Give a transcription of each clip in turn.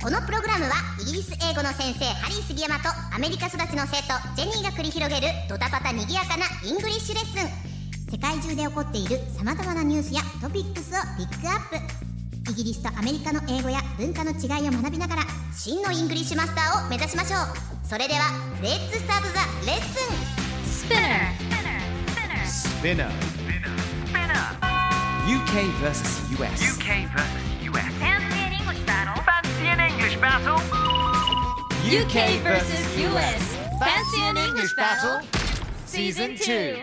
このプログラムはイギリス英語の先生ハリー杉山とアメリカ育ちの生徒ジェニーが繰り広げるドタパタにぎやかなイングリッシュレッスン世界中で起こっているさまざまなニュースやトピックスをピックアップイギリスとアメリカの英語や文化の違いを学びながら真のイングリッシュマスターを目指しましょうそれではレッツスタートザレッスン Spinner. UK versus US. UK versus US. Fancy an English battle. Fancy an English battle. UK versus US. Fancy an English battle? Season 2.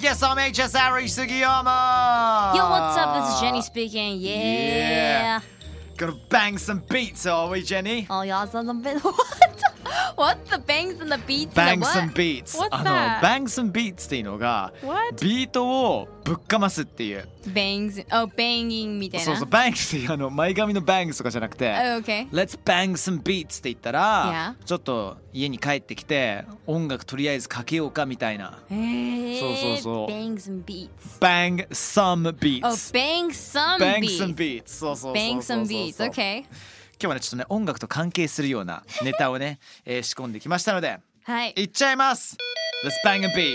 yes, I'm HSR Sugiyama. Yo, what's up? This is Jenny speaking. Yeah. Yeah. Gonna bang some beats, are we, Jenny? Oh, y'all saw some bit. What? What the bangs and the beats? Bang and the what? some beats What's あの that? Bang some beats っていうのが What? ビートをぶっかますっていう Bangs. Oh, banging みたいな。そうそう Bang っていうあの前髪の Bangs とかじゃなくて Oh, okay. Let's bang some beats って言ったらちょっと家に帰ってきて音楽とりあえずかけようかみたいなえー、そうそうそう Bangs and beats. Bang some Oh, beats bang some Bang beats. some beats そうそうそうそうそう Bang some beats. Okay. 今日はねちょっとね音楽と関係するようなネタを ねえー仕込んできましたのではい。いっちゃいます Let's bang a beat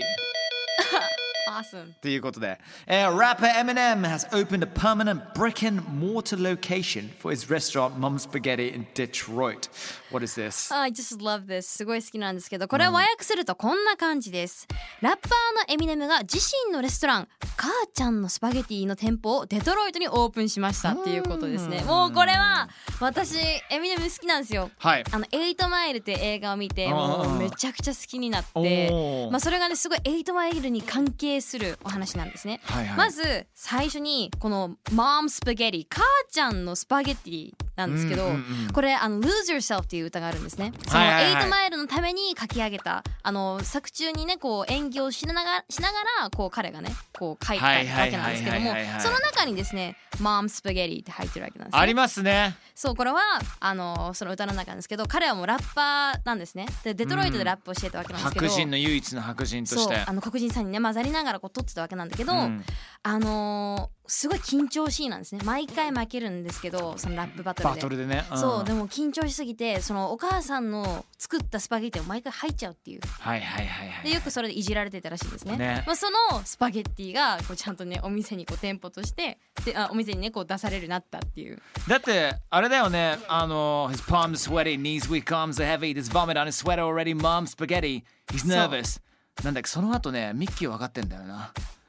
Awesome. ということで、えー、rapper Eminem has opened a permanent brick and mortar location for his restaurant Mom Spaghetti in Detroit. What is this? I just love this. すごい好きなんですけど、これを和訳するとこんな感じです。ラッパーのエミネムが自身のレストラン、母ちゃんのスパゲティの店舗をデトロイトにオープンしましたっていうことですね。もうこれは私、エミネム好きなんですよ。はい。あの「エイトマイル」って映画を見てもうめちゃくちゃ好きになっおてー、まあ、それがねすごい「エイトマイル」に関係するお話なんですね。はいはいまず最初にこの「マームスパゲティ」母ちゃんのスパゲティなんですけど、うんうんうんこれあの「Lose Yourself」っていう歌があるんですね。そのはいはいエイはいトマイルのために書き上げたあの作中にねこう演技をしながらしながらこう彼がねこう書いたわけなんですけどもはいはいはいはいはいはいその中にですね「マームスパゲティ」って入ってるわけなんですねありますね。そうこれはあのその歌の中なんですけど彼はもうラッパーなんですねでデトロイトでラップをしてたわけなんですけど、白人の唯一の白人としそうて。あの黒人さんにね混ざりながらこう撮ってたわけなんだけど、うんあのーすごい緊張シーンなんですね毎回負けるんですけどそのラップバトルでバトルでね。んそうでも緊張しすぎてそのお母さんの作ったスパゲッティを毎回入っちゃうっていうはいはいはいはでい。よくそれでいじられてたらしいですねねまあ、そのスパゲッティがこうちゃんとねお店にこう店舗としてであお店にねこう出されるようになったっていうだってあれだよね。あの His palms sweaty, knees weak, arms are heavy, there's vomit on his sweater already, mom spaghetti, he's nervous. なんだっけその後ねミッキーは分かってんだよな。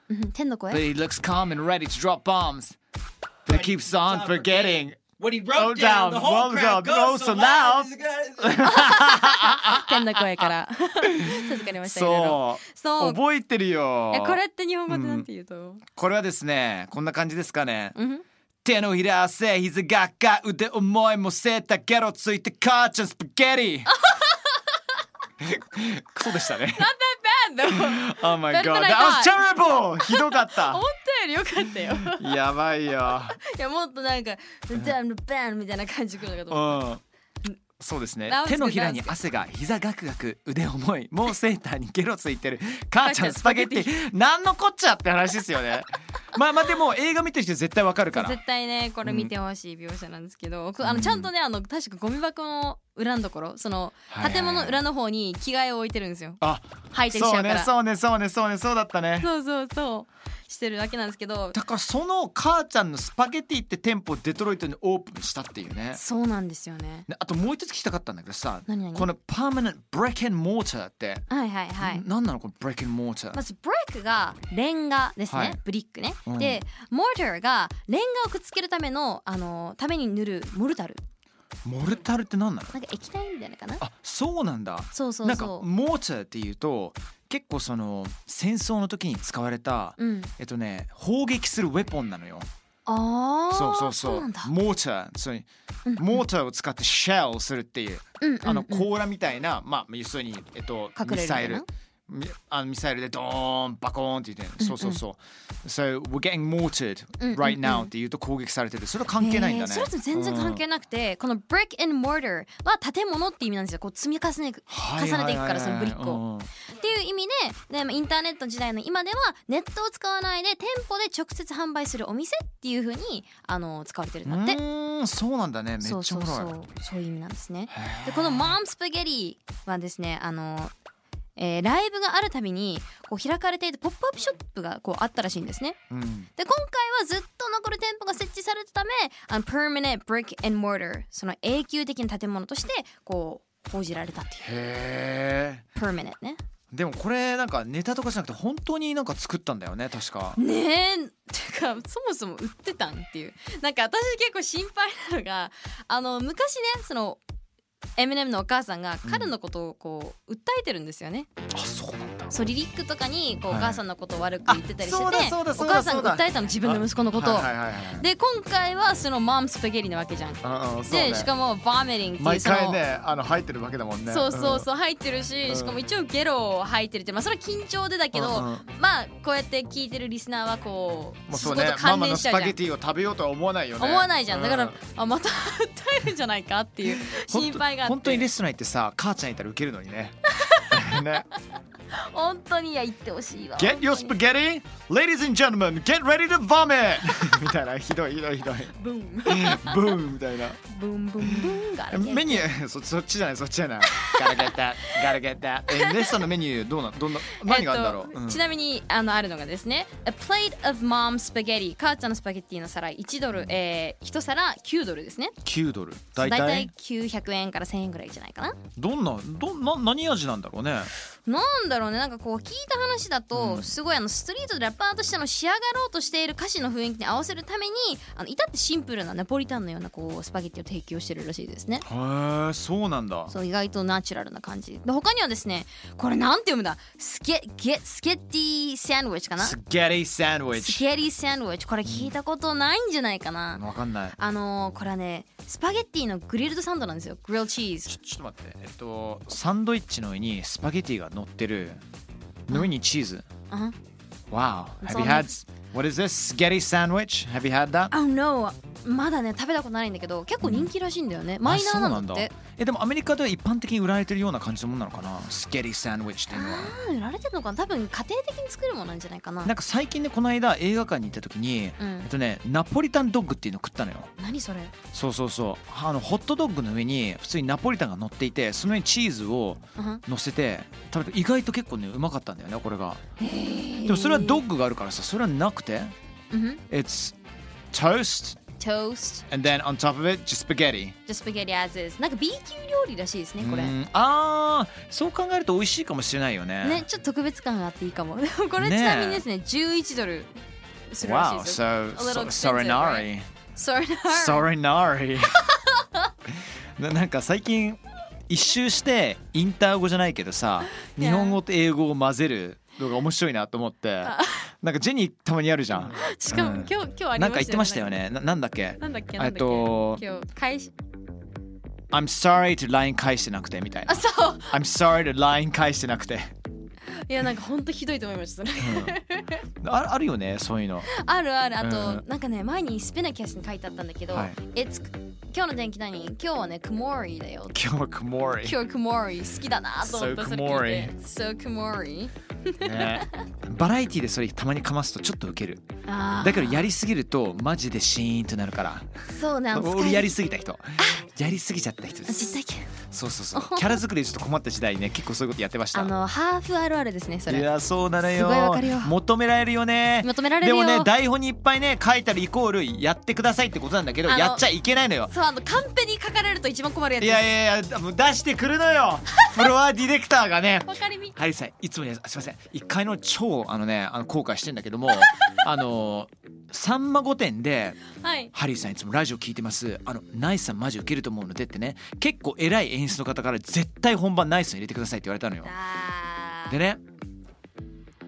うん天の声 But he looks calm and ready to drop bombs. But he keeps on forgetting. When he Oh, wrote down, the whole wrote crowd down, goes goes so so loud. 天の声から授かりましたいろいそうろそう覚えてるよえこれって日本語でなんて言うと、これはですねこんな感じですかね、ん手のひら汗膝がっか腕重いもせたゲロついて母ちゃんスパゲティ クソでした ね なんだ Oh my だった god ら that was terrible ひどかっ思 たったより良かったよやばいよいやもっとなんか「ダンバン」みたいな感じくるのかとう思っんそうですね That was 手のひら good, に that was 汗が膝ガクガク腕重いもうセーターにゲロついてる母ちゃんスパゲッテ母ちィなんのこっちゃって話ですよね まあまあでも映画見てる人絶対わかるかたら絶対ねこれ見てほしい描写なんですけど、こあのちゃんとねあの確かゴミ箱の裏のところそのはいはい建物の裏の方に着替えを置いてるんですよあ履いてきちそゃううかねらそうねそうねそうねそうだったねそうそうそうしてるわけなんですけどだからその母ちゃんのスパゲティって店舗をデトロイトにオープンしたっていうねそうなんですよねねあともう一つ聞きたかったんだけどさ何何このパーマネントブレックモーターって、はいはいはいん何なのこのブレックモーター、まずブレックがレンガですね、はいブリックね、うんでモルターがレンガをくっつけるためのあのために塗るモルタルモルタルって何なのなんか液体みたいなのかなあそうなんだそうそうそうなんかモーターっていうと結構その戦争の時に使われた、うんえっとね砲撃するウェポンなのよああそうそうそうなんだモーターそううんモーターを使ってシェルをするっていううんうんうんあの甲羅みたいなまあ要するにえっと隠れるミサイルのかみあのミサイルでドーンバコーンって言ってそうそうそう。So we're getting mortared うんうん right now って言うと攻撃されてるそれは関係ないんだえーねそれと全然関係ないなくて、この brick and mortar は建物って意味なんですよこう積み重ねていく重ねていくからそのブリックを。をっていう意味で、ねまあインターネット時代の今ではネットを使わないで店舗で直接販売するお店っていうふうにあの使われてるんだって。うーんそうなんだねめっちゃそおもろういそうそうそういう意味なんですね。でこのマンスパゲティはですねあの、えーライブがあるたびにこう開かれているポップアップショップがこうあったらしいんですね。うんで今回はずっと残る店舗が設置されたためあの Permanent Brick and Mortar その永久的な建物としてこう報じられたっていへえう Permanent ねでもこれなんかネタとかじゃなくて本当になんか作ったんだよね確かねえてかそもそも売ってたんっていうなんか私結構心配なのがあの昔ねその M&M のお母さんが彼のことをこう訴えてるんですよね、あそうなんだそうリリックとかにこうおはい母さんのことを悪く言ってたりしてあて、そうだそうだそおうだ母さんが訴えたの自分の息子のことを、はいはいはいはいで今回はそのマンスパゲリなわけじゃんうんうんそうねでしかもバーメリンっていう毎その回ねあの入ってるわけだもんねそうそううそう入ってるし、うんしかも一応ゲロを吐いてるってまあそれは緊張でだけど、うんうんまあこうやって聞いてるリスナーはこうもう仕そう事ねマ関マ連のしスちゃうパじゃんゲティを食べようとは思わないよね思わないじゃんだから、うあまた訴えるんじゃないかっていうほんと心配があって本当にレストラン行ってさ母ちゃんいたらウケるのにね ね本当にいや言ってほしいわ Get your 本当に spaghetti Ladies and gentlemen Get ready to vomit みたいなひどいひどいひど いブンブーンみたいなブンブンブンがあるねメニュ ーそそっちじゃないそっちじゃない Gotta get that Gotta get that えレストランのメニューどうなどんな何があるんだろう、えっとうんちなみにあのあるのがですね A plate of mom spaghetti 母ちゃんのスパゲッティの皿1ドル、えー、1皿9ドルですね9ドル大だいたい体900円から1000円ぐらいじゃないかなどんなどんな何味なんだろうねなんだろうねなんかこう聞いた話だと、うんすごいあのストリートでラッパーとしての仕上がろうとしている歌詞の雰囲気に合わせるためにあの至ってシンプルなナポリタンのようなこうスパゲッティを提供してるらしいですねへえそうなんだそう意外とナチュラルな感じで他にはですねこれなんて読むんだスケゲスケッティサンドウィッチかなスゲティサンドウィッスチケリーサンドウィッチこれ聞いたことないんじゃないかな、わかんないあのーこれはねスパゲッティのグリルドサンドなんですよグリルチーズちょちょっと待ってえっとサンドイッチの上にスパゲティが乗ってるの上にチーズあは Wow そ Have う you な had What is this? Spaghetti sandwich? Have you had that? Oh no まだね食べたことないんだけど結構人気らしいんだよね、マイナーなんあそうだってなんだえでもアメリカでは一般的に売られてるような感じのものなのかなスゲティサンドウィッチっていうのはあー売られてるのかな多分家庭的に作るものなんじゃないかななんか最近ねこの間映画館に行った時に、うんえっとねナポリタンドッグっていうの食ったのよ何それそうそうそうあのホットドッグの上に普通にナポリタンが乗っていてその上にチーズをうん乗せて食べて意外と結構ねうまかったんだよねこれがでもそれはドッグがあるからさそれはなくてうん It's toast トース and then on top of it just spaghetti トスパゲティ as is なんか B 級料理らしいですねこれうんあーそう考えると美味しいかもしれないよねねちょっと特別感があっていいかもでもこれねえちなみにですね11ドルするらし Wow いですよ so, A little so expensive, sorry right? Sorry sorry sorry ななんか最近一周してインター語じゃないけどさ日本語と英語を混ぜるのが面白いなと思って なんかジェニーたまにやるじゃん しかもうん今日今日ありましたよねなんか言ってましたよねななんだっけなんだっけえなっんだっけと今日開始 I'm sorry to LINE 返してなくてみたいなあそう I'm sorry to LINE 返してなくていやなんか本当ひどいと思いました、ああるよねそういうのあるあるあと、うなんかね前にスピナキャスに書いてあったんだけど、はい It's 今日の天気何今日はね曇りだよ 今日は曇り今日曇り好きだなと思った So それ聞いて So 曇りねバラエティでそれたまにかますとちょっとウケるあーだけどやりすぎるとマジでシーンとなるからそうなんです俺やりすぎた人やりすぎちゃった人です実体験そうそうそうキャラ作りでちょっと困った時代ね結構そういうことやってましたあのハーフあるあるですねそいれやそうなのよすごいわかるよ求められるよね求められるよでもね台本にいっぱいね書いたらイコールやってくださいってことなんだけどあのやっちゃいけないのよそうあのカンペに書かれると一番困るやついですやいやいやもう出してくるのよフロアディレクターがねわかりみハリーさんいつもねすいません一回の超あのねあの後悔してんだけどもあのさんま御殿ではいハリーさんいつもラジオ聞いてますあのナイスさんマジウケると思うのでってね結構偉い演出の方から絶対本番ナイスさん入れてくださいって言われたのよあでね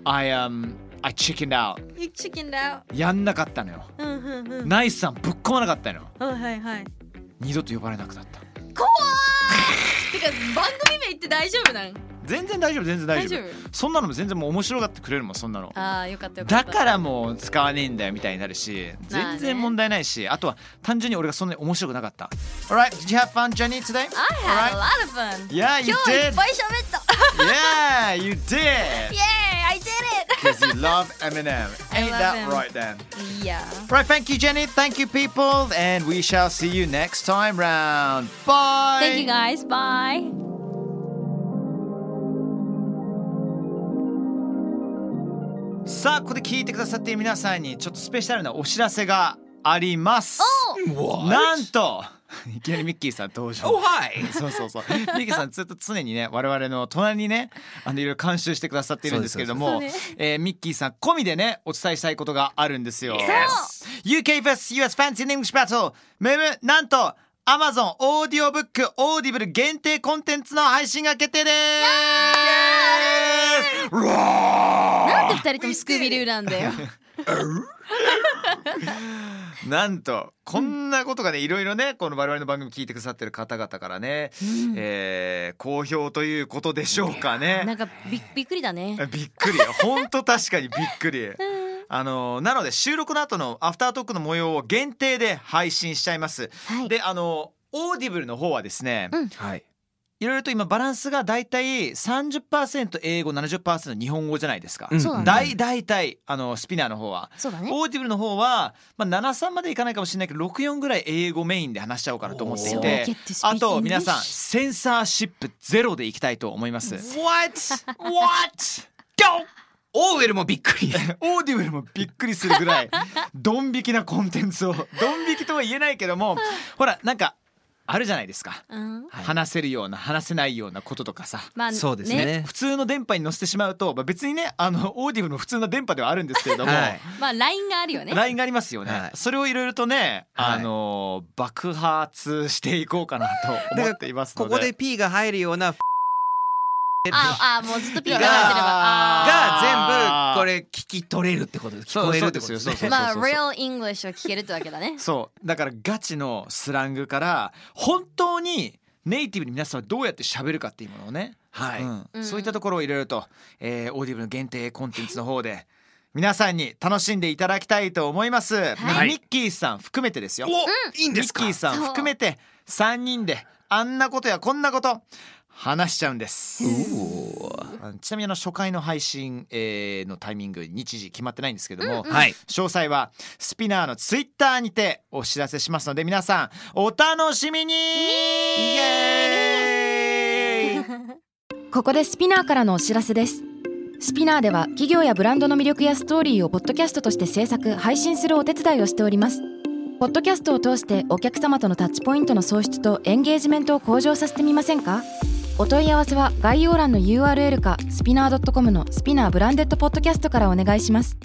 I am I chickened out ーチキンだやんなかったのようんうんうんナイスさんぶっ込まなかったのよはいはいはい二度と呼ばれなくなった怖いてか番組名言って大丈夫なん全然大丈夫全然大丈夫大丈そんなのも全然もう面白がってくれるもんそんなのああよかったよかだったからもう使わねえんだよみたいになるしまあ全ね然問題ないしあとは単純に俺がそんなに面白くなかった Alright, did you have fun, Jenny, today? I had a lot of fun Yeah, you 今日い did! っぱい喋った Yeah, you did! Yay I did Because you love Eminem. I Ain't love that him. right then? it Yeah Right, thank you, Jenny. Thank you, people. And we shall see you next time round. Bye! Thank you guys bye you. さあ、ここで聞いてくださっている皆さんにちょっとスペシャルなお知らせがあります。Oh. なんといきなりミッキーさん登場。 そうそうそう。ミッキーさんずっと常にね我々の隣にねあのいろいろ監修してくださっているんですけれども、えーミッキーさん込みでねお伝えしたいことがあるんですよ。UK vs US Fancy in English Battle メムなんと Amazon オーディオブックオーディブル限定コンテンツの配信が決定です。うわーなんで二人ともスクービールーなんだよなんとこんなことがねいろいろねこの我々の番組聞いてくださってる方々からね、えー好評ということでしょうか なねんかびびっくりだねびっくり本当確かにびっく りあのなので収録の後のアフタートークの模様を限定で配信しちゃいます、はいであのオーディブルの方はですね、うんはいいろいろと今バランスがだいたい30%英語70%日本語じゃないですか、んそうだねだいだいたいあのスピナーの方はそうだねオーディブルの方は、まあ、73までいかないかもしれないけど64ぐらい英語メインで話しちゃおうかなと思ってい So て get to speak あと皆さん English センサーシップゼロでいきたいと思います What? What? Go! オーウェルもびっく りオーディブルもびっくりするぐらいドン引きなコンテンツをドン引きとは言えないけどもほらなんかあるじゃないですか、うん話せるような話せないようなこととかさまあそうですね普通の電波に乗せてしまうと、まあ、別にねあのオーディブルの普通の電波ではあるんですけれども、はいまあラインがあるよねラインがありますよね。はいそれをいろいろとね、はあいのー爆発していこうかなと思っていますのこで。こで P が入るようながああもうずっとピーががなってればあー全部これ聞き取れるってことですそう聞こえるってことですそうですねよまあ real English を聞けるってわけだねそうだからガチのスラングから本当にネイティブに皆さんはどうやって喋るかっていうものをね、はいうんうんそういったところをいろいろと、えーオーディブルの限定コンテンツの方で皆さんに楽しんでいただきたいと思います。はいミッキーさん含めてですよ。いいんミですッかキーさん含めて3人であんなことやこんなこと話しちゃうんです。あのちなみにあの初回の配信、えーのタイミング日時決まってないんですけども、はい詳細はスピナーのツイッターにてお知らせしますので皆さんお楽しみにイエーイここでスピナーからのお知らせですスピナーでは企業やブランドの魅力やストーリーをポッドキャストとして制作配信するお手伝いをしておりますポッドキャストを通してお客様とのタッチポイントの創出とエンゲージメントを向上させてみませんかお問い合わせは概要欄の URL かスピナー .com のスピナーブランデッドポッドキャストからお願いします